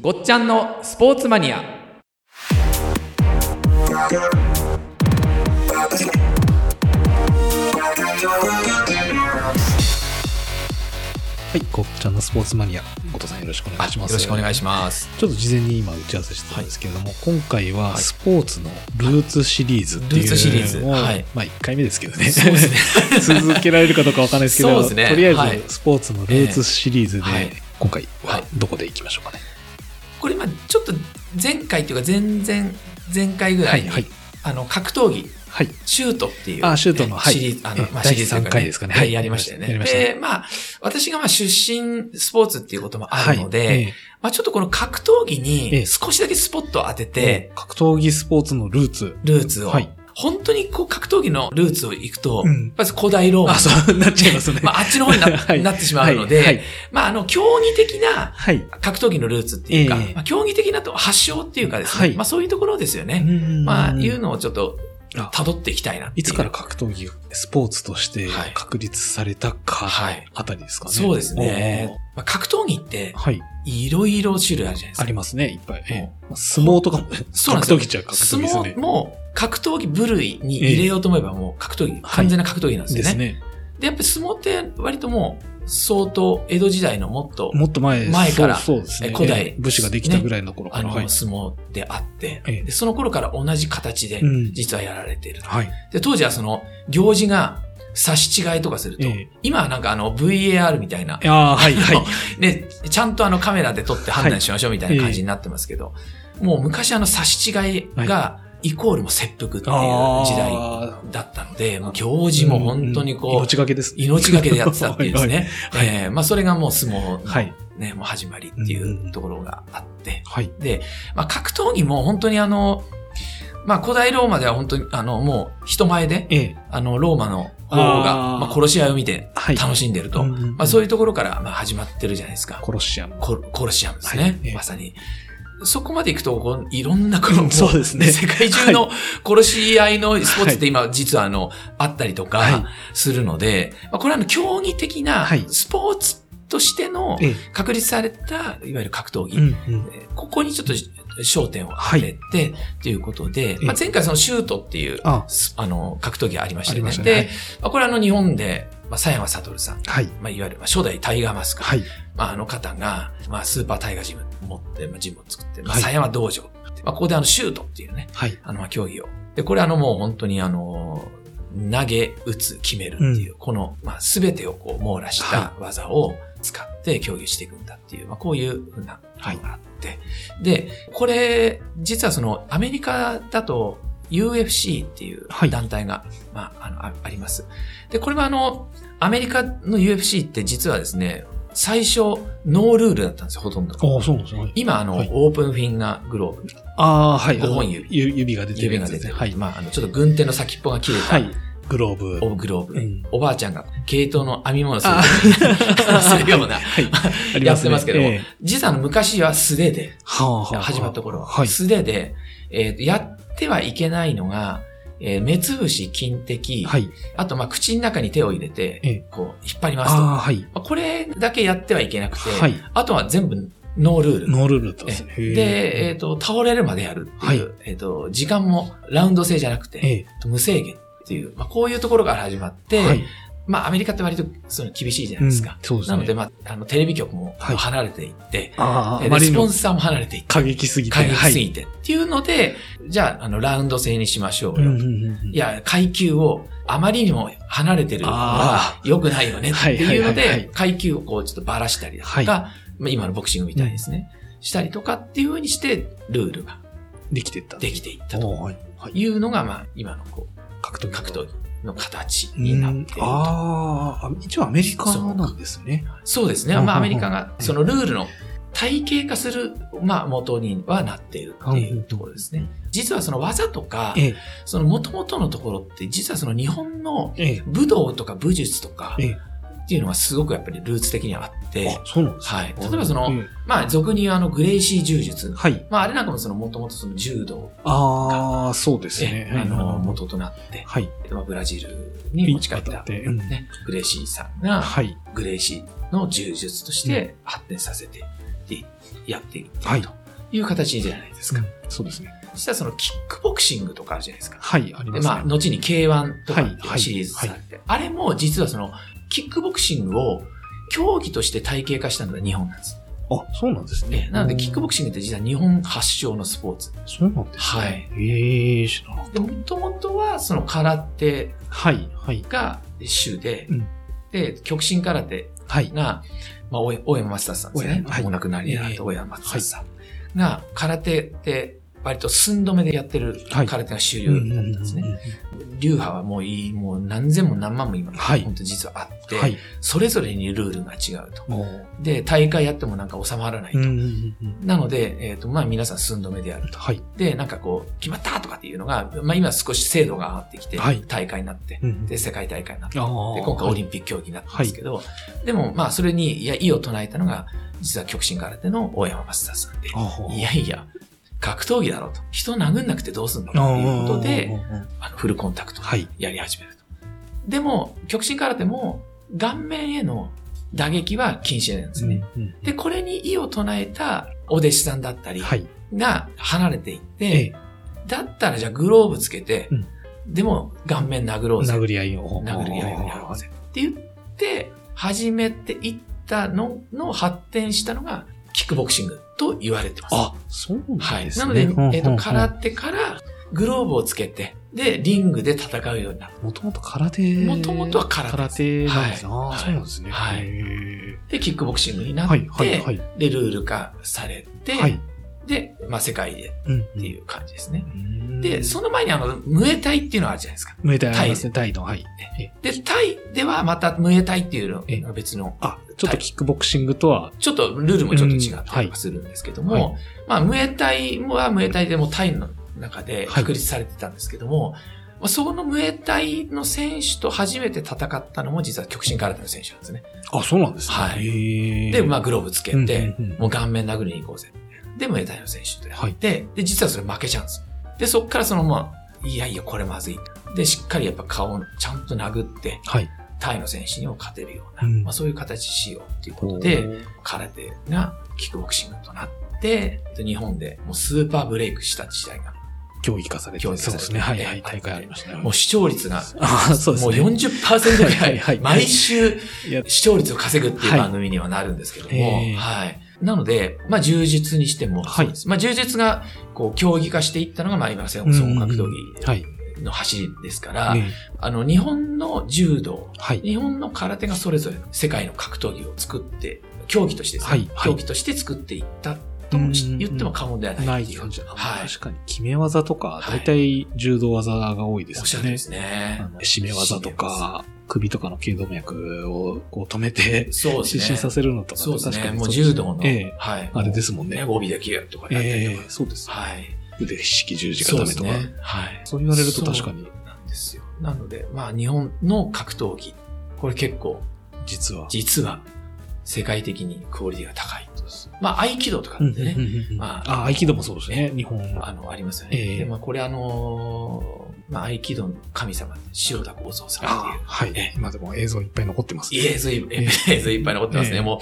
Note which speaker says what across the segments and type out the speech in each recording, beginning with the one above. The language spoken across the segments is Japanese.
Speaker 1: ごっちゃんのスポーツマニア
Speaker 2: はい、こっちゃんのスポーツマニア、後藤さんよろしくお願いします。
Speaker 1: よろしくお願いし
Speaker 2: ま
Speaker 1: ます
Speaker 2: す。ちょっと事前に今打ち合わせしてたんですけれども、今回はスポーツのルーツシリーズって
Speaker 1: ルーツシリーズ
Speaker 2: いうのを、
Speaker 1: はい
Speaker 2: まあ1回目ですけどね、 続けられるかどうかわかんないですけ
Speaker 1: そ
Speaker 2: ど、
Speaker 1: うですね
Speaker 2: とりあえず、
Speaker 1: はい
Speaker 2: スポーツのルーツシリーズで、
Speaker 1: ええはい
Speaker 2: 今回ははいどこでいきましょうかね。
Speaker 1: これ今ちょっと前回というか前々前回ぐらいに、
Speaker 2: はい
Speaker 1: あの格闘技
Speaker 2: はい、
Speaker 1: シュートっていう、
Speaker 2: あシュートの
Speaker 1: ね
Speaker 2: はい
Speaker 1: シリーズ、あの
Speaker 2: え、
Speaker 1: まあ、
Speaker 2: 第
Speaker 1: シリーズという
Speaker 2: 三回ですかね
Speaker 1: は
Speaker 2: はい
Speaker 1: い、やりましたよね。
Speaker 2: やりましたね
Speaker 1: で、まあ、私がまあ、出身スポーツっていうこともあ
Speaker 2: はい。
Speaker 1: るので、
Speaker 2: ええ
Speaker 1: まあ、ちょっとこの格闘技
Speaker 2: え
Speaker 1: に
Speaker 2: え
Speaker 1: 少しだけスポットを当てて、
Speaker 2: 格闘技スポーツのルーツ。
Speaker 1: ルーツを、
Speaker 2: はい。
Speaker 1: 本当にこう、格闘技のルーツを行くと、
Speaker 2: うん
Speaker 1: まず古代ローマ。
Speaker 2: あ、そう なっちゃいますね。、
Speaker 1: まあ、あっちの方にな,
Speaker 2: はい
Speaker 1: なってしまうので、
Speaker 2: はい。
Speaker 1: まあ、あの、競技的な
Speaker 2: はい。
Speaker 1: 格闘技のルーツっていうか、
Speaker 2: ええ
Speaker 1: まあ、競技的なと発祥っていうかですね、
Speaker 2: はい
Speaker 1: まあ、そういうところですよね。
Speaker 2: うん
Speaker 1: まあ、いうのをちょっと
Speaker 2: あ、
Speaker 1: 辿っていきたいなってい
Speaker 2: いうつから格闘技がスポーツとして
Speaker 1: はい
Speaker 2: 確立されたか
Speaker 1: はい
Speaker 2: あたりですかね。
Speaker 1: そうですね。まあ、格闘技って
Speaker 2: おー。、はい。
Speaker 1: いろいろ種類あるじゃないです
Speaker 2: あ
Speaker 1: か。
Speaker 2: りますね、いっぱい。
Speaker 1: うん
Speaker 2: ええまあ相撲とかも、
Speaker 1: そうなんです
Speaker 2: 格
Speaker 1: よ
Speaker 2: 闘技っちゃ格闘技です
Speaker 1: 相
Speaker 2: ね
Speaker 1: 撲。も格闘技部類に入れようと思えばもう格闘技、完全な格闘技なんです
Speaker 2: で
Speaker 1: よね。
Speaker 2: す
Speaker 1: で
Speaker 2: ね。
Speaker 1: やっぱり相撲って割ともう相当江戸時代のもっと、
Speaker 2: もっと前
Speaker 1: 前から
Speaker 2: そうそうですね。
Speaker 1: え古代
Speaker 2: ええ武士ができたぐらいの頃か
Speaker 1: あ
Speaker 2: ら。
Speaker 1: の、
Speaker 2: はい。
Speaker 1: 相撲であって、
Speaker 2: ええ
Speaker 1: でその頃から同じ形で
Speaker 2: うん
Speaker 1: 実はやられていると、
Speaker 2: はい。
Speaker 1: で、当時はその行事が差し違いとかすると、
Speaker 2: ええ
Speaker 1: 今はなんかあの VAR みたいな、
Speaker 2: ああ、はい、はい。
Speaker 1: ね、ちゃんとあのカメラで撮って判断しましょうみたいな感じになってますけど、もう昔あの差し違いがイコールも切腹っていう時代
Speaker 2: あ
Speaker 1: だったので、もう行
Speaker 2: あ
Speaker 1: 事も本当に
Speaker 2: ん
Speaker 1: こ
Speaker 2: 命がけです
Speaker 1: う、
Speaker 2: ね。
Speaker 1: 命がけでやってたっていうんですね。
Speaker 2: はい
Speaker 1: えーまあそれがもう相撲の
Speaker 2: はい。
Speaker 1: ね、もう始まりっていうところがあって、
Speaker 2: はい。
Speaker 1: まあ格闘技も本当にあの、まあ古代ローマでは本当にあのもう人前で、
Speaker 2: ええ。
Speaker 1: あのローマの方が
Speaker 2: あー
Speaker 1: まあ殺し合いを見て
Speaker 2: はい。
Speaker 1: 楽しんでると、
Speaker 2: うんうんうん
Speaker 1: まあそういうところからまあ始まってるじゃないですか。
Speaker 2: コロシアム。
Speaker 1: ココロシアムですね、
Speaker 2: はいええ
Speaker 1: まさに。そこまで行くと、こういろんなこの、
Speaker 2: うん そうですね
Speaker 1: も世界中の殺し合いのスポーツって今、実はあの、あったりと
Speaker 2: はい
Speaker 1: かするので、まあ、これはあの、競技的な
Speaker 2: はい
Speaker 1: スポーツとしての
Speaker 2: ええ。
Speaker 1: 確立された、いわゆる格闘技、
Speaker 2: うんうん。
Speaker 1: ここにちょっと焦点を当てて、ということで、
Speaker 2: え
Speaker 1: まあ、前回そのシュートっていう、
Speaker 2: あ
Speaker 1: すあの、格闘技ありまし
Speaker 2: あ
Speaker 1: た
Speaker 2: り
Speaker 1: よ
Speaker 2: ま
Speaker 1: ね。
Speaker 2: した
Speaker 1: で、
Speaker 2: ね。
Speaker 1: まあ、これはあの、日本で、まあ、佐山悟さん、
Speaker 2: はい。
Speaker 1: まあ、いわゆる、まあ、初代タイガーマスク
Speaker 2: はい。
Speaker 1: まあ、あの方が、まあ、スーパータイガージム持って、まあ、ジムを作って、まあ、
Speaker 2: はい
Speaker 1: 狭山道場ってまあ、ここであの、シュートっていうね、
Speaker 2: はい。
Speaker 1: あの、まあ、競技を。で、これあの、もう本当にあの、投げ、打つ、決めるっていう、この、まあ、すべてをこう、網羅した技を使って競技していくんだっていう、まあ、こういうふうな
Speaker 2: はい
Speaker 1: のがあって。で、これ、実はその、アメリカだと、UFC っていう
Speaker 2: はい
Speaker 1: 団体が、まあ、あのあ、あります。で、これはあの、アメリカの UFC って実はですね、最初、ノールールだったんですよ、ほとんど。
Speaker 2: ああ、そうなんですね。
Speaker 1: 今、あの、
Speaker 2: はい
Speaker 1: オープンフィンガーグローブ、
Speaker 2: ああ、はい。
Speaker 1: 五本指
Speaker 2: ゆ指が出てる
Speaker 1: 指
Speaker 2: や
Speaker 1: が
Speaker 2: つ
Speaker 1: 出
Speaker 2: で
Speaker 1: て
Speaker 2: すね。
Speaker 1: る、
Speaker 2: はい。
Speaker 1: まあ、あの、ちょっと軍手の先っぽが切れた、
Speaker 2: はい。グローブ。
Speaker 1: オブグローブ、
Speaker 2: うん
Speaker 1: おばあちゃんが毛糸の編み物する
Speaker 2: あ
Speaker 1: するような、
Speaker 2: はい。あ
Speaker 1: やってますけど
Speaker 2: ええ
Speaker 1: 実はあの昔は素手で、
Speaker 2: はあはあ
Speaker 1: 始まった頃は、
Speaker 2: はい。
Speaker 1: 素手で、えーとやってはいけないのが、えー目つぶし、金的、
Speaker 2: はい。
Speaker 1: あと、まあ、口の中に手を入れて、
Speaker 2: ええ
Speaker 1: こう、引っ張りますと。
Speaker 2: ああ、はい。
Speaker 1: まあこれだけやってはいけなくて、
Speaker 2: はい。
Speaker 1: あとは全部ノールール。
Speaker 2: ノールールだったんですね。へえ
Speaker 1: で、えっ、、と、倒れるまでやるっていう、えっ、と、時間もラウンド制じゃなくて、
Speaker 2: ええ
Speaker 1: 無制限っていう、まあ、こういうところから始まって、
Speaker 2: はい。
Speaker 1: まあ、アメリカって割とその厳しいじゃな
Speaker 2: う
Speaker 1: い
Speaker 2: ん
Speaker 1: です
Speaker 2: そう
Speaker 1: か。
Speaker 2: ですね。
Speaker 1: なので、まあ、あの、テレビ局も
Speaker 2: はい
Speaker 1: 離れていって、
Speaker 2: ああ、
Speaker 1: で
Speaker 2: あまり
Speaker 1: ス
Speaker 2: に
Speaker 1: ポン
Speaker 2: も
Speaker 1: サーも離れていって、
Speaker 2: 過激すぎて。
Speaker 1: 過激す
Speaker 2: はい。
Speaker 1: ぎて、っていうので、じゃあ、あの、ラウンド制にしましょう
Speaker 2: うん
Speaker 1: よ。
Speaker 2: うんうんうん
Speaker 1: いや、階級をあまりにも離れてるのは
Speaker 2: あ
Speaker 1: 良くないよねって
Speaker 2: はい
Speaker 1: いうの
Speaker 2: はいはいは
Speaker 1: で
Speaker 2: い、
Speaker 1: 階級をこうちょっとばらしたりだとか、
Speaker 2: はい
Speaker 1: まあ、今のボクシングみたいですね、したりとかっていうふうにして、ルールが
Speaker 2: できてった。
Speaker 1: できていったと
Speaker 2: おーはい。はい。
Speaker 1: いうのが、まあ、今のこう
Speaker 2: 格闘技。
Speaker 1: 格闘技の形
Speaker 2: うん
Speaker 1: になっていると。
Speaker 2: ああ、一応アメリカなんですね。
Speaker 1: そうですね。
Speaker 2: うん
Speaker 1: まあ、ア
Speaker 2: うん
Speaker 1: メリカがそのルールの体系化する、まあ、元にはなっているっていうところですね。実はその技とか、
Speaker 2: ええ、
Speaker 1: その元々のところって、実はその日本の
Speaker 2: ええ、
Speaker 1: 武道とか武術とか
Speaker 2: ええ
Speaker 1: っていうのはすごくやっぱりルーツ的にはあって
Speaker 2: あ、、そうなんですか。
Speaker 1: はい、例えばその、
Speaker 2: ええ
Speaker 1: まあ俗に言うあのグレイシー柔術、
Speaker 2: はい。
Speaker 1: まああれなんかもそのもともとその柔道
Speaker 2: ああ、そうですね
Speaker 1: で、。あの
Speaker 2: はい
Speaker 1: 元となって、
Speaker 2: はい。
Speaker 1: まあ、ブラジルに持ち帰った、
Speaker 2: て、うん
Speaker 1: ね、グレイシーさんが
Speaker 2: はい。
Speaker 1: グレイシーの柔術として発展させていっやっていく
Speaker 2: はい
Speaker 1: という形じゃないですか。
Speaker 2: そうですね。
Speaker 1: そしたらそのキックボクシングとかあるじゃないですか。
Speaker 2: はい、あり
Speaker 1: で、
Speaker 2: ます
Speaker 1: ま
Speaker 2: ね。
Speaker 1: あ、後に K1 とか
Speaker 2: はいはい
Speaker 1: シリーズされて、あれも実はその、キックボクシングを競技として体系化したのが日本なんです。
Speaker 2: あ、そうなんです
Speaker 1: ね
Speaker 2: ね。
Speaker 1: なので、キックボ
Speaker 2: ク
Speaker 1: クシングって実は日本発祥のスポーツ。
Speaker 2: そうなんです
Speaker 1: は
Speaker 2: ね
Speaker 1: い。
Speaker 2: ええー、知らなかっ
Speaker 1: で、もともとはその空手
Speaker 2: た。はい、はい、
Speaker 1: が主で、
Speaker 2: うん
Speaker 1: で、極真空手
Speaker 2: はい。
Speaker 1: が、まあ、大大山松達さんですよね
Speaker 2: 大山。はい
Speaker 1: お亡くなりになっ
Speaker 2: ええ
Speaker 1: た大山松達さんが、空手って割と寸止めでやってる
Speaker 2: はい
Speaker 1: 空手が主流だったんですね。
Speaker 2: うんうんうん
Speaker 1: 流派はもういい、もう何千も何万も今、
Speaker 2: はい
Speaker 1: 本当実はあって、
Speaker 2: うんはい。
Speaker 1: それぞれにルールが違うと。
Speaker 2: お
Speaker 1: で、大会やってもなんか収まらないと。
Speaker 2: うんうんうんうん
Speaker 1: なので、えっ、と、まあ皆さん寸止めでやる。
Speaker 2: はい。
Speaker 1: で、なんかこう、決まったとかっていうのが、まあ今少し精度が上がってきて、
Speaker 2: はい
Speaker 1: 大会になって、
Speaker 2: うん
Speaker 1: で、世界大会になって、
Speaker 2: あー
Speaker 1: で今回オリンピック競技になったんですけど、でもまあそれに、いや、意を唱えたのが、実は極真空手の大山マスターさんで、
Speaker 2: あー
Speaker 1: いやいや、格闘技だろうと。人殴んなくてどうすんのということで、、
Speaker 2: あー
Speaker 1: あのフルコンタクトを
Speaker 2: はい。
Speaker 1: やり始めると。でも、極真空手も、顔面への打撃は禁止なんですね。
Speaker 2: うんうん
Speaker 1: で、これに異を唱えたお弟子さんだったり
Speaker 2: はい。
Speaker 1: が離れていって、
Speaker 2: ええ
Speaker 1: だったらじゃあグローブつけて、
Speaker 2: うん
Speaker 1: でも顔面殴ろうぜ。
Speaker 2: 殴り合いを。
Speaker 1: 殴り合いをやろうぜ。って言って、始めていったのの発展したのが、キックボクシングと言われてます。
Speaker 2: あ、そうな
Speaker 1: は
Speaker 2: ん
Speaker 1: い
Speaker 2: で。す
Speaker 1: なの
Speaker 2: ね。
Speaker 1: で、えっ、と、空
Speaker 2: 空
Speaker 1: 手からグローブをつけて、で、リングで戦うようになっ
Speaker 2: もともと空手。
Speaker 1: 元々は空手
Speaker 2: 空手なんですね。あ
Speaker 1: は
Speaker 2: あ、
Speaker 1: い
Speaker 2: そうなんですね。
Speaker 1: はい
Speaker 2: へ
Speaker 1: て、キックボクシングに
Speaker 2: ー
Speaker 1: なっ
Speaker 2: は
Speaker 1: て、
Speaker 2: い、はい、はい。
Speaker 1: で、ルール化されて、
Speaker 2: はい。
Speaker 1: で、まあ、世界で
Speaker 2: うん
Speaker 1: っていう感じですね。
Speaker 2: うん。
Speaker 1: で、その前にあの、ムエタイっていうのあるじゃないですか。
Speaker 2: ムエタイありますね、タイの。はい。
Speaker 1: で、タイではまたムエタイっていうのが別の、
Speaker 2: あ、ちょっとキックボクシングとは、
Speaker 1: ちょっとルールもちょっと違
Speaker 2: うん
Speaker 1: った
Speaker 2: は
Speaker 1: り
Speaker 2: い
Speaker 1: とかするんですけど
Speaker 2: は
Speaker 1: も、まあ、ムエタイはムエタイでもうタイの中で
Speaker 2: はい
Speaker 1: 確立されてたんですけども、まあそこのムエタイの選手と初めて戦ったのも実は極真空手の選手なんですね。
Speaker 2: あ、そうなんですね。
Speaker 1: はい
Speaker 2: い
Speaker 1: で、まあ、グローブつけて、
Speaker 2: うんうんうん
Speaker 1: もう顔面殴りに行こうぜ。で、ムエタイの選手とやって、で、実はそれ負けちゃうんです。で、そっからそのまま、いやいや、これまずい。で、しっかりやっぱ顔をちゃんと殴って、
Speaker 2: はい。
Speaker 1: タイの選手にも勝てるような、
Speaker 2: うん
Speaker 1: まあ、そういう形しようということで、、空手がキックボクシングとなって、で日本でもうスーパーブレイクした時代が、
Speaker 2: 競技化されて。
Speaker 1: 競技化
Speaker 2: そ
Speaker 1: され
Speaker 2: うで
Speaker 1: て
Speaker 2: すね。はい、は
Speaker 1: ええ
Speaker 2: い。大会ありましたね。
Speaker 1: もう視聴率が、
Speaker 2: ああ、 そうです
Speaker 1: もう
Speaker 2: ね。
Speaker 1: 40%ぐ
Speaker 2: は
Speaker 1: ら
Speaker 2: いはいい、
Speaker 1: 毎週
Speaker 2: いや
Speaker 1: 視聴率を稼ぐってい
Speaker 2: は
Speaker 1: う
Speaker 2: い
Speaker 1: 番組にはなるんですけども、
Speaker 2: へ
Speaker 1: は
Speaker 2: え
Speaker 1: い。なので、まあ、柔術にしても、
Speaker 2: はい
Speaker 1: まあ、柔術が、こう、競技化していったのが、まあ、今、総合格闘
Speaker 2: はい。
Speaker 1: 技の走りですから、
Speaker 2: ええ
Speaker 1: あの、日本の柔道、
Speaker 2: はい。
Speaker 1: 日本の空手がそれぞれ世界の格闘技を作って、競技としてですね、
Speaker 2: はいはい
Speaker 1: 競技として作っていったともし
Speaker 2: うん
Speaker 1: 言っても過言ではな
Speaker 2: ないい
Speaker 1: っていう
Speaker 2: 感じだな。
Speaker 1: はい。
Speaker 2: 確かに。決め技とか、
Speaker 1: はい
Speaker 2: 大体柔道技が多いで
Speaker 1: おっ
Speaker 2: す
Speaker 1: しゃ
Speaker 2: よ
Speaker 1: る
Speaker 2: ね
Speaker 1: で。すね
Speaker 2: あ。の締め技とか、首とかの頸動脈をこう止めて、
Speaker 1: そうですね。
Speaker 2: 失神させるのとか、
Speaker 1: そうです
Speaker 2: 確
Speaker 1: ね。
Speaker 2: かに
Speaker 1: もう
Speaker 2: そです
Speaker 1: 柔道の、
Speaker 2: ええ
Speaker 1: はい。
Speaker 2: あれですもんね
Speaker 1: ね、。帯で切るとかやったり
Speaker 2: え
Speaker 1: と
Speaker 2: え
Speaker 1: か。
Speaker 2: そうです。
Speaker 1: はい。
Speaker 2: 腕式十字
Speaker 1: そう
Speaker 2: 固
Speaker 1: で
Speaker 2: め
Speaker 1: す
Speaker 2: とか。
Speaker 1: ね。はい。
Speaker 2: そう言われると確かに、
Speaker 1: なんですよ。なので、まあ日本の格闘技、これ結構、
Speaker 2: 実は。
Speaker 1: 実は世界的にクオリティが高い。まあ合気道とか
Speaker 2: うん
Speaker 1: っ
Speaker 2: うん
Speaker 1: て
Speaker 2: うん
Speaker 1: ね、
Speaker 2: うん
Speaker 1: まあ
Speaker 2: あ、合気道もそうですね。日本。
Speaker 1: あの、ありますよね。
Speaker 2: ええ
Speaker 1: で、まあ、これあのーまあ、合気道の神様、塩田幸三さんっていう
Speaker 2: あ。はい。今でも映像いっぱい残ってますね。
Speaker 1: 映像い
Speaker 2: え
Speaker 1: 映像いっぱい残ってますね。
Speaker 2: ええ
Speaker 1: もう、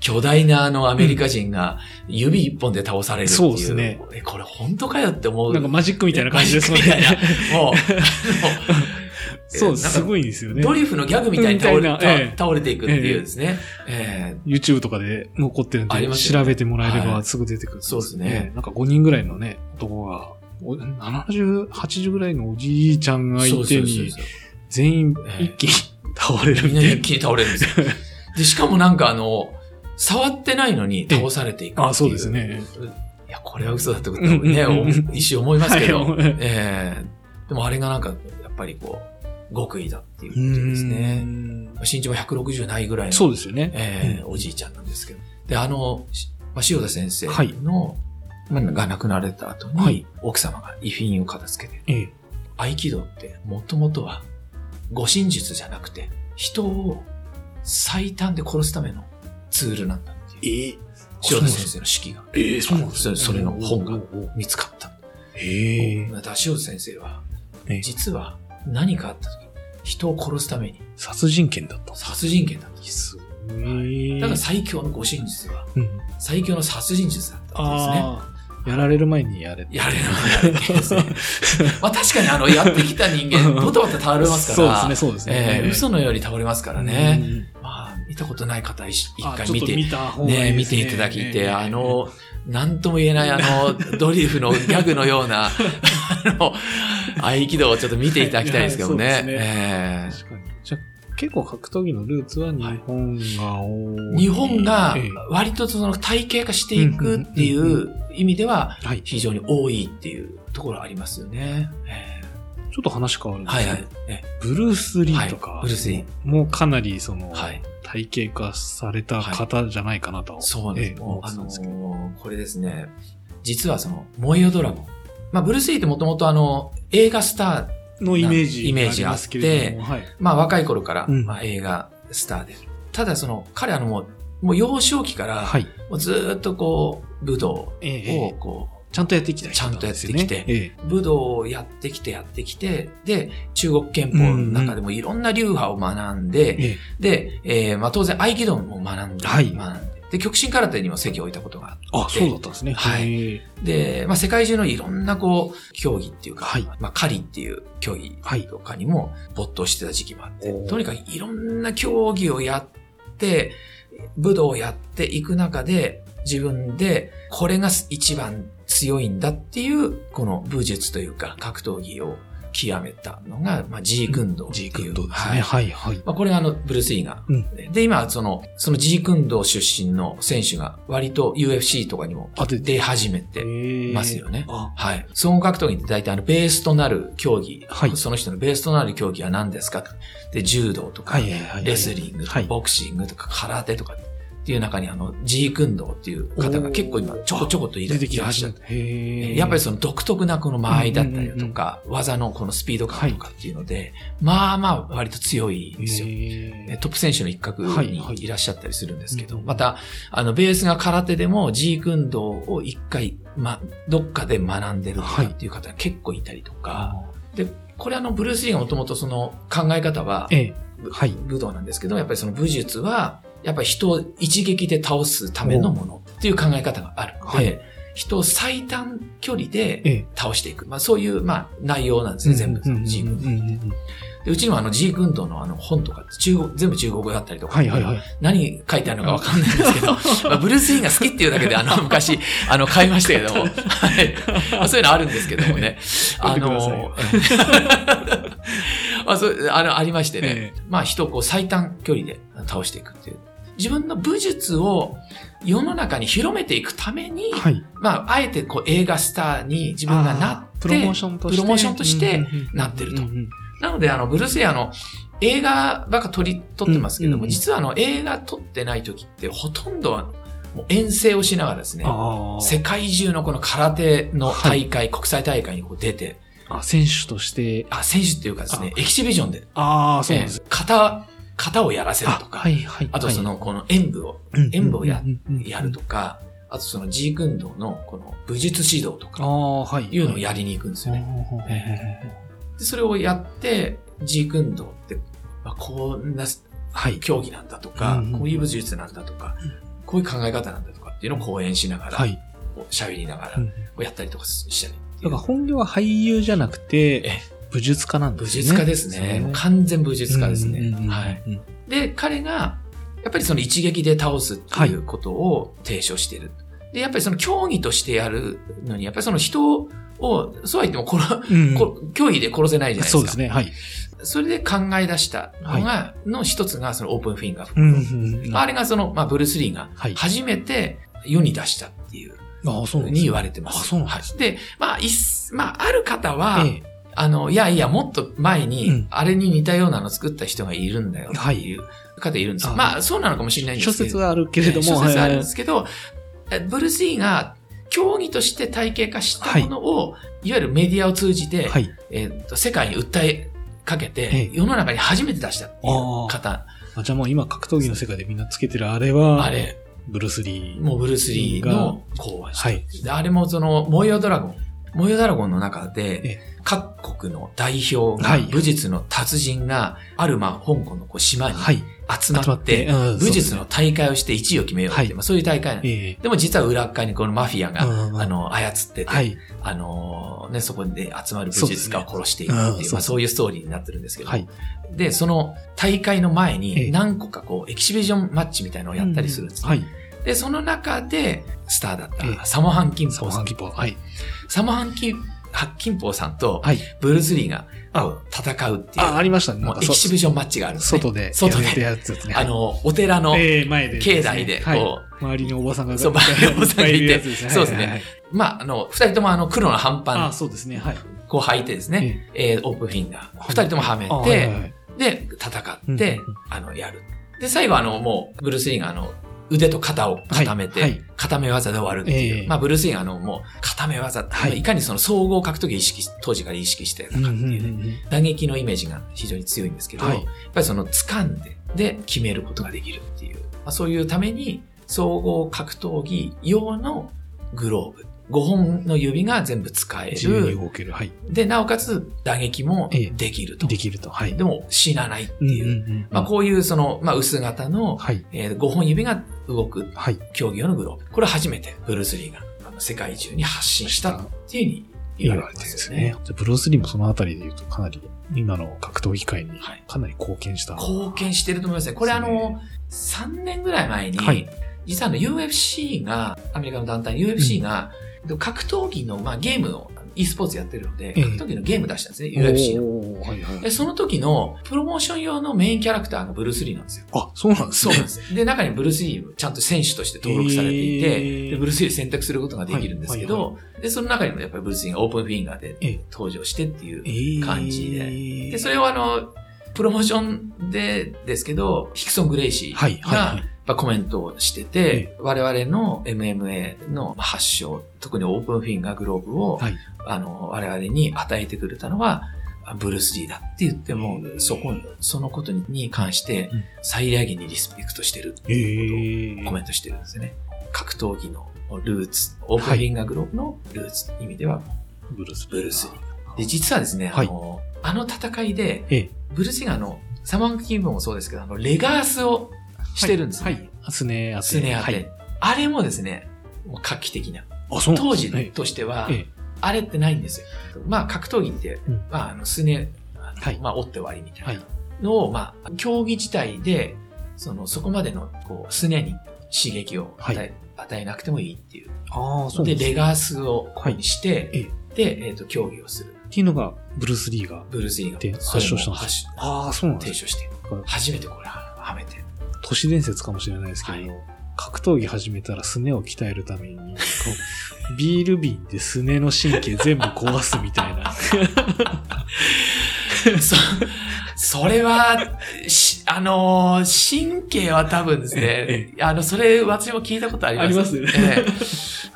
Speaker 1: 巨大なあのアメリカ人が指一本で倒されるっていう。
Speaker 2: そうですね
Speaker 1: え、これ本当かよって思う。
Speaker 2: なんかマジックみたいな感じですもん
Speaker 1: マジッ
Speaker 2: ね。
Speaker 1: クみたいなもう、あの
Speaker 2: そう、
Speaker 1: なんか
Speaker 2: すごいですよね
Speaker 1: ド。リフのギャグみたいに倒れ
Speaker 2: みたいなええ
Speaker 1: 倒れていくっていうですね。ええ
Speaker 2: YouTube とかで残ってるん
Speaker 1: あ
Speaker 2: で、
Speaker 1: りますよ
Speaker 2: 調べてもらえれ
Speaker 1: は
Speaker 2: ば
Speaker 1: い
Speaker 2: すぐ出てくる、
Speaker 1: そうですね。
Speaker 2: なんか5人ぐらいのね、男が、お70、80ぐらいのおじいちゃんが
Speaker 1: そ
Speaker 2: いう
Speaker 1: そ
Speaker 2: て
Speaker 1: うそう
Speaker 2: に、
Speaker 1: そう
Speaker 2: 全員
Speaker 1: ええ
Speaker 2: 一気に倒れる
Speaker 1: みん
Speaker 2: み
Speaker 1: な
Speaker 2: たい
Speaker 1: 一
Speaker 2: な。
Speaker 1: 気に倒れるんですよ。で、しかもなんかあの、触ってないのに倒されていくってい
Speaker 2: あそうですね。
Speaker 1: いや、これは嘘だってことだもんね、
Speaker 2: うんうんうん
Speaker 1: お一瞬思いますけど。
Speaker 2: はい
Speaker 1: ええでもあれがなんか、やっぱりこう、極意だっていう
Speaker 2: う
Speaker 1: こと
Speaker 2: ん
Speaker 1: ですね。身長は160ないぐらいの、
Speaker 2: そうですよね。
Speaker 1: ええ
Speaker 2: う
Speaker 1: おじいちゃんなんですけど。で、あの、しまあ、塩田先生の、
Speaker 2: はい
Speaker 1: まあが亡くなられた後に、
Speaker 2: はい
Speaker 1: 奥様が遺品を片付けて、
Speaker 2: ええ
Speaker 1: 合気道って、もともとは、護身術じゃなくて、人を最短で殺すためのツールなんだっていう、
Speaker 2: ええ
Speaker 1: 塩田先生の手記が
Speaker 2: ええそうなんです
Speaker 1: それそれの本が
Speaker 2: おーおーおー
Speaker 1: 見つかった。
Speaker 2: ええ
Speaker 1: また塩津先生は、
Speaker 2: ええ
Speaker 1: 実は何かあった時、人を殺すために
Speaker 2: 殺人剣だったんです
Speaker 1: 殺人剣だったんです。
Speaker 2: す
Speaker 1: だから最強の護身術は、
Speaker 2: うん
Speaker 1: 最強の殺人術だったんですね。
Speaker 2: ああ、やられる前にやれ
Speaker 1: やれるのがいいです ね。まあ確かにあの、やってきた人間、ドタバタ倒れますから。
Speaker 2: そうですね、そうですね。
Speaker 1: えー嘘のように倒れますからね。
Speaker 2: うん。
Speaker 1: まあ、見たことない方、一一
Speaker 2: あ
Speaker 1: 回
Speaker 2: ちょっ
Speaker 1: 見
Speaker 2: と
Speaker 1: て、
Speaker 2: 見た方がいい
Speaker 1: ね、
Speaker 2: で
Speaker 1: 見
Speaker 2: す
Speaker 1: て
Speaker 2: ね
Speaker 1: いただき
Speaker 2: え
Speaker 1: て、
Speaker 2: え
Speaker 1: あの、なんとも言えない、あ の、ドリフのギャグのような、あの、合気道をちょっと見ていただきたいですけど
Speaker 2: はい
Speaker 1: ね
Speaker 2: は。い そうです
Speaker 1: え
Speaker 2: 確かに。じゃあ結構格闘技のルーツは日本が多
Speaker 1: え
Speaker 2: い。
Speaker 1: 日本が
Speaker 2: ええ
Speaker 1: 割とその体系化していくっていう意味では
Speaker 2: はい。ち
Speaker 1: 非常に多いっていうところありますよね。ええ
Speaker 2: ょっと話変わるんです
Speaker 1: は
Speaker 2: け
Speaker 1: い
Speaker 2: ど、
Speaker 1: はい。え
Speaker 2: ブルース・リ
Speaker 1: え
Speaker 2: ーとか、
Speaker 1: はいブルース・リー。
Speaker 2: もうかなりその、
Speaker 1: はい。
Speaker 2: 体系化された方じゃないかなと、
Speaker 1: そうなんです。
Speaker 2: ええ
Speaker 1: もう
Speaker 2: 思っ
Speaker 1: あ
Speaker 2: てたん
Speaker 1: の
Speaker 2: ですけど。
Speaker 1: ーこれですね、実はその、燃えよドラゴン。まあ、ブルース・リーってもともとあの、映画スター、
Speaker 2: のイメージ
Speaker 1: イメージ
Speaker 2: が
Speaker 1: があ
Speaker 2: ありま
Speaker 1: っ
Speaker 2: す
Speaker 1: て
Speaker 2: けれども、はい。
Speaker 1: まあ、若い頃から、
Speaker 2: うん
Speaker 1: まあ、映画スターです。ただその、彼あのもう、もう幼少期から、
Speaker 2: はい。
Speaker 1: もうずーっとこう、武道
Speaker 2: えええ
Speaker 1: を
Speaker 2: え
Speaker 1: こ
Speaker 2: ちゃんとやってきた人なんですよね。
Speaker 1: ちゃんとやってき
Speaker 2: ええ
Speaker 1: う、武道をやってきてやってきて、で、中国憲法の中でもいろんな流派を学んで、
Speaker 2: ええ
Speaker 1: で、えーまあ当然合気道も学んで、
Speaker 2: はい
Speaker 1: 学んで、で、極真空手にも席を置いたことがあって、
Speaker 2: あ、そうだったんですね。
Speaker 1: はい
Speaker 2: ええ。
Speaker 1: で、まあ、世界中のいろんなこう、競技っていうか、
Speaker 2: はい
Speaker 1: まあ、狩りっていう競技
Speaker 2: はい
Speaker 1: とかにも没頭してた時期もあって、
Speaker 2: おー
Speaker 1: とにかくいろんな競技をやって、武道をやっていく中で、自分でこれが一番強いんだっていう、この武術というか格闘技を極めたのが、まあ、G 軍道ってい
Speaker 2: ジ
Speaker 1: う。
Speaker 2: ー君どうです
Speaker 1: は
Speaker 2: ね。
Speaker 1: い
Speaker 2: はい、はい。
Speaker 1: まあ、これがあの、ブルース・リーが。
Speaker 2: うん
Speaker 1: で、今、その、その G 君道出身の選手が割と UFC とかにも
Speaker 2: あで
Speaker 1: 出始めて、
Speaker 2: ええ
Speaker 1: ますよね
Speaker 2: あ、
Speaker 1: はい。総合格闘技って大体あの、ベースとなる競技。
Speaker 2: はい
Speaker 1: その人のベースとなる競技は何ですかで、柔道とか、
Speaker 2: はい、はいはい。
Speaker 1: レスリングと
Speaker 2: は
Speaker 1: か、
Speaker 2: い。
Speaker 1: ボクシングとか、空手とかっていう中にあの、ジークンドーっていう方が結構今、ちょこちょこっといら
Speaker 2: 出
Speaker 1: っ
Speaker 2: て
Speaker 1: し
Speaker 2: きて
Speaker 1: ゃ
Speaker 2: ま
Speaker 1: っ
Speaker 2: したた。へえ。
Speaker 1: やっぱりその独特なこの間合いだったりだとか、技のこのスピード感とかっていうので、まあまあ割と強いんですよ。
Speaker 2: へ
Speaker 1: ね
Speaker 2: え
Speaker 1: トップ選手の一角
Speaker 2: はいはい
Speaker 1: にいらっしゃったりするんですけど、
Speaker 2: うん
Speaker 1: また、あの、ベースが空手でも G 運動を一回、ま、どっかで学んでると
Speaker 2: は
Speaker 1: か
Speaker 2: い
Speaker 1: っていう方が結構いたりとか、
Speaker 2: あ
Speaker 1: これあの、ブルース・リーがもともとその考え方は
Speaker 2: ー、ええ。はい。
Speaker 1: 武道なんですけど、やっぱりその武術は、やっぱり人を一撃で倒すためのものっていう考え方があるので、
Speaker 2: はい
Speaker 1: 人を最短距離
Speaker 2: え
Speaker 1: で
Speaker 2: え。
Speaker 1: 倒していく。まあそういう、まあ内容なんですね、全部。
Speaker 2: うんうんうんうん
Speaker 1: G 運動。でうちにもあの G 運動のあの本とかって中国、全部中国語だったりとか。
Speaker 2: はい、はい、はい。
Speaker 1: 何書いてあるのかわかんないんですけ ど、まあ、ブルース・リーが好きっていうだけで、あの、昔、あの、買いましたけども、はい。まあ、そういうのあるんですけども ね。
Speaker 2: 買っ
Speaker 1: あ
Speaker 2: てください
Speaker 1: の
Speaker 2: よ、
Speaker 1: まあ、そう、あの、ありましてね、
Speaker 2: ええ
Speaker 1: まあ、人をこう最短距離で倒していくっていう。自分の武術を世の中に広めていくために、
Speaker 2: はい。
Speaker 1: まあ、あえてこう映画スターに自分がなっ
Speaker 2: あ
Speaker 1: て、
Speaker 2: ープロモーションとして。
Speaker 1: プロモーションとして
Speaker 2: うんうんうん
Speaker 1: なってると
Speaker 2: うんうん
Speaker 1: なので、あの、ブルース・リーあの、映画ばっか撮り、撮ってますけども、
Speaker 2: うんうん
Speaker 1: 実はあの、映画撮ってない時って、ほとんどは、もう遠征をしながらですね、
Speaker 2: あー
Speaker 1: 世界中のこの空手の大会、国際大会にこう出て、
Speaker 2: あ、選手として。
Speaker 1: あ、選手っていうかですね、エキシビジョンで、
Speaker 2: ああ、そうなんです。
Speaker 1: ええ型、型をやらせると
Speaker 2: あ、
Speaker 1: か、
Speaker 2: はい、はい。
Speaker 1: あとそ
Speaker 2: の、
Speaker 1: の、この演舞を
Speaker 2: うんうんうん
Speaker 1: 演舞をや
Speaker 2: うん
Speaker 1: やるとか、あとその G 運動のこの武術指導と
Speaker 2: あ
Speaker 1: か、
Speaker 2: あ、はい。
Speaker 1: いうのをやりに行くんですよね。
Speaker 2: ね。
Speaker 1: でそれをやって、G 運動って、まあ、こんな
Speaker 2: はい。
Speaker 1: 競技なんだとか、
Speaker 2: うんうん
Speaker 1: こういう武術なんだとか、こういう考え方なんだとかっていうのを講演しながら、
Speaker 2: はい。
Speaker 1: こう喋りながら、
Speaker 2: うん
Speaker 1: こうやったりとかしたりってい
Speaker 2: だ
Speaker 1: う
Speaker 2: から本業は俳優じゃなく
Speaker 1: え
Speaker 2: て
Speaker 1: え、
Speaker 2: 武術家なんで
Speaker 1: 武
Speaker 2: すね。
Speaker 1: 術家ですね。もう完全武術家です
Speaker 2: うんうんうんう
Speaker 1: ね。
Speaker 2: ん
Speaker 1: はい。。で、彼が、やっぱりその一撃で倒すっていうことを提唱してる。で、やっぱりその競技としてやるのに、やっぱりその人を、そうは言っても殺、
Speaker 2: うん
Speaker 1: こ競技で殺せないじゃないですか。
Speaker 2: そうですね。はい。
Speaker 1: それで考え出したのが、の一つがそのオープンフィンガー。
Speaker 2: うんうんうん
Speaker 1: あれがその、まあ、ブルース・リーが
Speaker 2: はい
Speaker 1: 初めて世に出したっていう
Speaker 2: ああ、そ
Speaker 1: ふう
Speaker 2: うなん
Speaker 1: に
Speaker 2: ですね
Speaker 1: 言われてます。
Speaker 2: あそうなんです
Speaker 1: はいでまあ、いっすまあ、ある方は、
Speaker 2: え
Speaker 1: あの、いやいや、もっと前
Speaker 2: う
Speaker 1: に
Speaker 2: ん、
Speaker 1: あれに似たようなの作った人がいるんだよっていう方いるんですよ。
Speaker 2: あ
Speaker 1: まあ、そうなのかもしれないん
Speaker 2: え
Speaker 1: ですけ
Speaker 2: 諸
Speaker 1: ど。
Speaker 2: 説はあるけれども、
Speaker 1: 諸説あるん
Speaker 2: は
Speaker 1: で
Speaker 2: い
Speaker 1: すけど、えブルース・リーが競技として体系化したものを、い、わゆるメディアを通じて、
Speaker 2: はい。
Speaker 1: えっと世界に訴えかけて、
Speaker 2: ええ
Speaker 1: 世の中に初めて出したっていう方、
Speaker 2: あじゃあもう今格闘技の世界でみんなつけてるあれは、
Speaker 1: あれ、
Speaker 2: ブルース・リー。
Speaker 1: もうブルース・リーの考案した。
Speaker 2: はい。
Speaker 1: であれもその、燃えよドラゴン模様ドラゴンの中
Speaker 2: え
Speaker 1: で、各国の代表が
Speaker 2: はい、
Speaker 1: 武術の達人が、ある、まあ、香港のこう島に
Speaker 2: はい。
Speaker 1: 集まって、
Speaker 2: うん
Speaker 1: 武術
Speaker 2: そ
Speaker 1: の
Speaker 2: う
Speaker 1: 大会をして1位を決めようっていう、
Speaker 2: はい
Speaker 1: まあ、そういう大会なん
Speaker 2: です
Speaker 1: で
Speaker 2: ね。ええ
Speaker 1: す。でも実は裏っ側にこのマフィアが、
Speaker 2: うんうん
Speaker 1: あの、操ってて、
Speaker 2: はい。
Speaker 1: あのね、そこで集まる武術家を殺していくっていう、
Speaker 2: そうですねうん
Speaker 1: まあ、そういうストーリーになってるんですけど、
Speaker 2: はい。
Speaker 1: で、その大会の前
Speaker 2: ええ
Speaker 1: に何個かこう、エキシビジョンマッチみたいのをやったりするんです、
Speaker 2: はい。
Speaker 1: で、その中で、スターだっ
Speaker 2: ええ
Speaker 1: たサモハン・キン
Speaker 2: サ
Speaker 1: ポ
Speaker 2: モ
Speaker 1: ー
Speaker 2: ハ
Speaker 1: さ
Speaker 2: ン
Speaker 1: ん。
Speaker 2: キポー。はい。
Speaker 1: サモハン・キンポーさんと
Speaker 2: はい。
Speaker 1: ブルース・リーがこう戦うっていう、
Speaker 2: あ、ありましたね。な
Speaker 1: も
Speaker 2: ん
Speaker 1: う
Speaker 2: か
Speaker 1: エ
Speaker 2: そ
Speaker 1: キシビジョンマッチがあるんですね。
Speaker 2: 外で。
Speaker 1: 外で
Speaker 2: やるやつですね。
Speaker 1: あの、お寺の、
Speaker 2: ええ、前で。
Speaker 1: 境内で、こう、
Speaker 2: はい。周りにおばさんが。
Speaker 1: そう周りにおばさんがいて
Speaker 2: いっぱるやつですね
Speaker 1: そうですね
Speaker 2: はいはいはい
Speaker 1: まあ、あの、二人ともあの、黒の半
Speaker 2: あ、
Speaker 1: パ
Speaker 2: そうですね。はい。
Speaker 1: ン、こう履いてですね、えーオープンフィンガー、二人ともはめて、
Speaker 2: あはいはいはい
Speaker 1: で、戦っ
Speaker 2: うんう
Speaker 1: て、
Speaker 2: ん
Speaker 1: あの、やる。で、最後、あの、もう、ブルース・リーが、あの、腕と肩を固めて、
Speaker 2: はいはい
Speaker 1: 固め技で終わるっていう。
Speaker 2: ええ
Speaker 1: まあ、ブルース・リーが、あの、もう、固め技、
Speaker 2: はい
Speaker 1: い、かにその、総合格闘技を意識し、当時から意識してたかってい
Speaker 2: うん
Speaker 1: う
Speaker 2: う
Speaker 1: ね、
Speaker 2: んうん
Speaker 1: 打撃のイメージが非常に強いんですけど、
Speaker 2: はい
Speaker 1: やっぱりその、掴んで、で、決めることができるっていう。まあ、そういうために、総合格闘技用のグローブ。5本の指が全部使え
Speaker 2: 自由
Speaker 1: る
Speaker 2: に。動ける。はい。
Speaker 1: で、なおかつ、打撃もできると。
Speaker 2: できると。はい。
Speaker 1: でも、死なないっていう。
Speaker 2: んんん
Speaker 1: まあ、こういうその、まあ、薄型の、
Speaker 2: はい。
Speaker 1: え5本指が動く
Speaker 2: はい。
Speaker 1: 競技用のグローブ。これ初めてブルース・リーがあの世界中に発信したっていうふうに
Speaker 2: 言
Speaker 1: 言
Speaker 2: わ
Speaker 1: わ
Speaker 2: れ
Speaker 1: れて
Speaker 2: てる
Speaker 1: ま
Speaker 2: んですす
Speaker 1: よね
Speaker 2: ね。。じゃあブルース・リーもそのあたりで言うとかなり今の格闘技界に
Speaker 1: はい
Speaker 2: かなり貢献した。
Speaker 1: 貢献してると思いますね。これあの、3年ぐらい前に、
Speaker 2: はい
Speaker 1: 実はあの UFC が、アメリカの団体 UFC が、格闘技の、まあ、ゲームを、e スポーツやってるので、
Speaker 2: ええ
Speaker 1: 格闘技のゲーム出したんですね、UFC の。
Speaker 2: の。はいはい
Speaker 1: で、その時の、プロモーション用のメインキャラクターがブルース・リーなんですよ。
Speaker 2: あ、そうなんです
Speaker 1: そう
Speaker 2: ね。
Speaker 1: なんです。で、中にブルース・リーもちゃんと選手として登録されていて、
Speaker 2: えー
Speaker 1: でブルース・リー選択することができるんですけど、
Speaker 2: はい
Speaker 1: で、その中にもやっぱりブルース・リーがオープンフィンガー
Speaker 2: ええ
Speaker 1: で登場してっていう。
Speaker 2: ええ
Speaker 1: 感じで、それをあの、プロモーションでですけど、ヒクソン・グレイシ
Speaker 2: はい
Speaker 1: ー
Speaker 2: はいは
Speaker 1: が
Speaker 2: い、
Speaker 1: まあコメントをして
Speaker 2: え
Speaker 1: て、我々の MMA の発祥、特にオープンフィンガーグローブを、
Speaker 2: はい
Speaker 1: あの、我々に与えてくれたのは、あブルース・リーだって言っても、そこ、そのことに関して
Speaker 2: うん、
Speaker 1: 最大限にリスペクトしてる
Speaker 2: えー
Speaker 1: コメントしてるんですよね。格闘技のルーツ、オープンフィンガーグローブのルーツ、意味では、
Speaker 2: ブルース・
Speaker 1: ブルースリで、実はですね、
Speaker 2: はい
Speaker 1: あの、あの戦いで、
Speaker 2: ええ
Speaker 1: ブルースリーがあの、サマンキングもそうですけど、あの、レガースをしてるんですね。
Speaker 2: はい。はいスネ当て。
Speaker 1: スネ当て、
Speaker 2: はい
Speaker 1: あれもですね、もう画期的な。
Speaker 2: あ、そうなん
Speaker 1: 当
Speaker 2: で
Speaker 1: 時
Speaker 2: すね
Speaker 1: としては、
Speaker 2: ええ
Speaker 1: あれってないんですよ。まあ、格闘技って、
Speaker 2: うん
Speaker 1: まあ、あの、スネ、あの
Speaker 2: はい
Speaker 1: まあ、折って終わりみた
Speaker 2: はいい
Speaker 1: なのを、まあ、競技自体で、その、そこまでの、こう、スネに刺激を与え、
Speaker 2: は
Speaker 1: 与えなくてもいいっていう。
Speaker 2: ああ、そうな
Speaker 1: で
Speaker 2: んですね
Speaker 1: レガースをして、
Speaker 2: え
Speaker 1: で、えっ、と、競技をする。
Speaker 2: っていうのが、ブルース・リーが。
Speaker 1: ブルース・リーが
Speaker 2: で発祥し
Speaker 1: それ
Speaker 2: たんです
Speaker 1: も発祥
Speaker 2: ああ、そうなん
Speaker 1: 提
Speaker 2: ですね
Speaker 1: 唱して
Speaker 2: うん、
Speaker 1: 初めてこれはめて。
Speaker 2: 都市伝説かもしれないですけど、
Speaker 1: はい
Speaker 2: 格闘技始めたらすねを鍛えるために、こうビール瓶ですねの神経全部壊すみたい な。
Speaker 1: そ、それは、し、あのー神経は多分です
Speaker 2: え
Speaker 1: ね、あの、それ私も聞いたことあります。
Speaker 2: あります
Speaker 1: ええ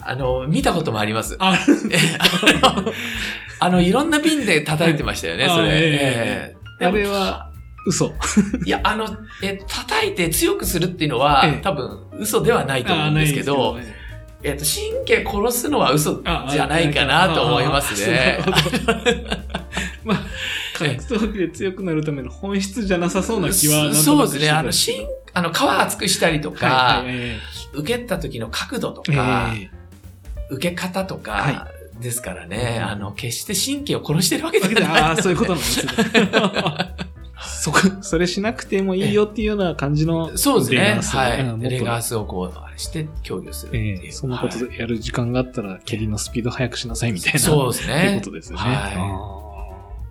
Speaker 1: あの、見たこともあります。
Speaker 2: あ
Speaker 1: ええあの あの、いろんな瓶で叩いてましたよね、
Speaker 2: はい
Speaker 1: それ。
Speaker 2: あええ
Speaker 1: ええ
Speaker 2: あれは、嘘。
Speaker 1: いや、あの、え、叩いて強くするっていうのは、
Speaker 2: ええ
Speaker 1: 多分、嘘ではないと思うんですけど、
Speaker 2: ないです
Speaker 1: えっと、神経殺すのは嘘じ
Speaker 2: ああ
Speaker 1: ゃないかなと思いますね。
Speaker 2: ああなるほど まあ、格闘技で強くなるための本質じゃなさそうな気はなんとなく
Speaker 1: そうですね。
Speaker 2: してた
Speaker 1: あ
Speaker 2: ん
Speaker 1: の、
Speaker 2: ですけ
Speaker 1: しん、
Speaker 2: ど
Speaker 1: あの、皮厚くしたりとか、
Speaker 2: はいはいえ
Speaker 1: 受けた時の角度と
Speaker 2: え
Speaker 1: か、
Speaker 2: ええ
Speaker 1: 受け方とか、
Speaker 2: は
Speaker 1: ですからね、あの、決して神経を殺してるわけじゃない。
Speaker 2: ああ、そういうことなんで すね。そこ、それしなくてもいいよっていうような感じの。
Speaker 1: そうです
Speaker 2: レガ
Speaker 1: ね。
Speaker 2: ース
Speaker 1: は
Speaker 2: うんも
Speaker 1: い。
Speaker 2: っと
Speaker 1: レガースをこう、あれして、競技をするって
Speaker 2: え
Speaker 1: いう。
Speaker 2: えそんなこと
Speaker 1: はい
Speaker 2: でやる時間があったら、蹴りのスピード速くしなさいみたいな。。
Speaker 1: そううです
Speaker 2: という
Speaker 1: ね
Speaker 2: こ。とですよね。
Speaker 1: はい
Speaker 2: あ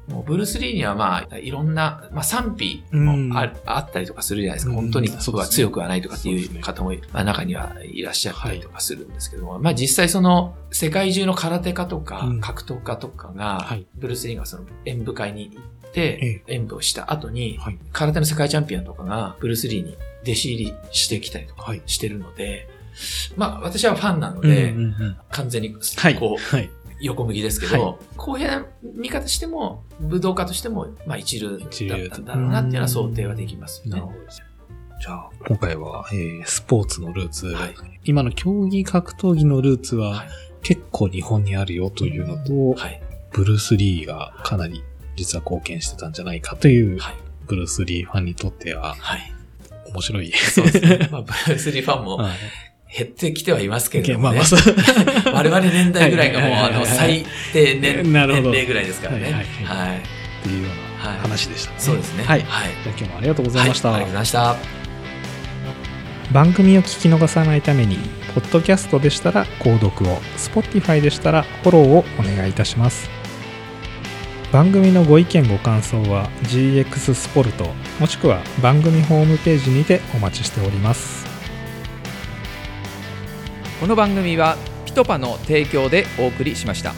Speaker 1: もうブルース・リーにはまあ、いろんな、まあ賛否
Speaker 2: うん
Speaker 1: もあ,、あったりとかするじゃないですか。
Speaker 2: うん
Speaker 1: 本当に
Speaker 2: そうですね
Speaker 1: 僕は強くはないとかって
Speaker 2: そうです
Speaker 1: い
Speaker 2: ね
Speaker 1: う方も、まあ中にはいらっしゃったりとかするんですけども、まあ実際その世界中の空手家とか
Speaker 2: うん
Speaker 1: 格闘家とかが、
Speaker 2: はい
Speaker 1: ブルース・リーがその演舞会に行って、演舞をした後に、
Speaker 2: はい
Speaker 1: 空手の世界チャンピオンとかがブルース・リーに弟子入りしてきたりと
Speaker 2: ー
Speaker 1: か
Speaker 2: はい。
Speaker 1: してるので、まあ私はファンなので、
Speaker 2: うんうんうん
Speaker 1: 完全に
Speaker 2: はい。
Speaker 1: こう、
Speaker 2: はい。
Speaker 1: 横向きですけど、公平な見方しても、武道家としても、まあ一流だったんだろうなっていうのは想定はできますよ
Speaker 2: なる
Speaker 1: ね。
Speaker 2: ほどです。じゃあ、今回は、えースポーツのルーツ、
Speaker 1: はい
Speaker 2: 今の競技格闘技のルーツは、
Speaker 1: はい
Speaker 2: 結構日本にあるよというのと、
Speaker 1: はい。
Speaker 2: ブルース・リーがかなり実は貢献してたんじゃないかという、
Speaker 1: はい。
Speaker 2: ブルース・リーファンにとっては
Speaker 1: はい。
Speaker 2: 面白い。
Speaker 1: そうですね。 まあ、ブルース・リーファンも
Speaker 2: はい
Speaker 1: 減ってきてはいますけれども、
Speaker 2: まあ
Speaker 1: ね。
Speaker 2: まあ、そう。
Speaker 1: 我々年代ぐらいがもう、
Speaker 2: はい
Speaker 1: あ
Speaker 2: はいはいはい
Speaker 1: の、最低年
Speaker 2: なるほ
Speaker 1: 年
Speaker 2: ど
Speaker 1: 齢ぐらいですからね。
Speaker 2: は
Speaker 1: はいい
Speaker 2: はいはっていうような話でしたね、
Speaker 1: そうですね。
Speaker 2: はい。じゃ
Speaker 1: はい。
Speaker 2: あ今日もありがとうございました。
Speaker 1: はいありがとうございました。
Speaker 2: 番組を聞き逃さないために、ポッドキャストでしたら購読を、Spotify でしたらフォローをお願いいたします。番組のご意見ご感想は GX スポルトもしくは番組ホームページにてお待ちしております。
Speaker 3: この番組はピトパの提供でお送りしました。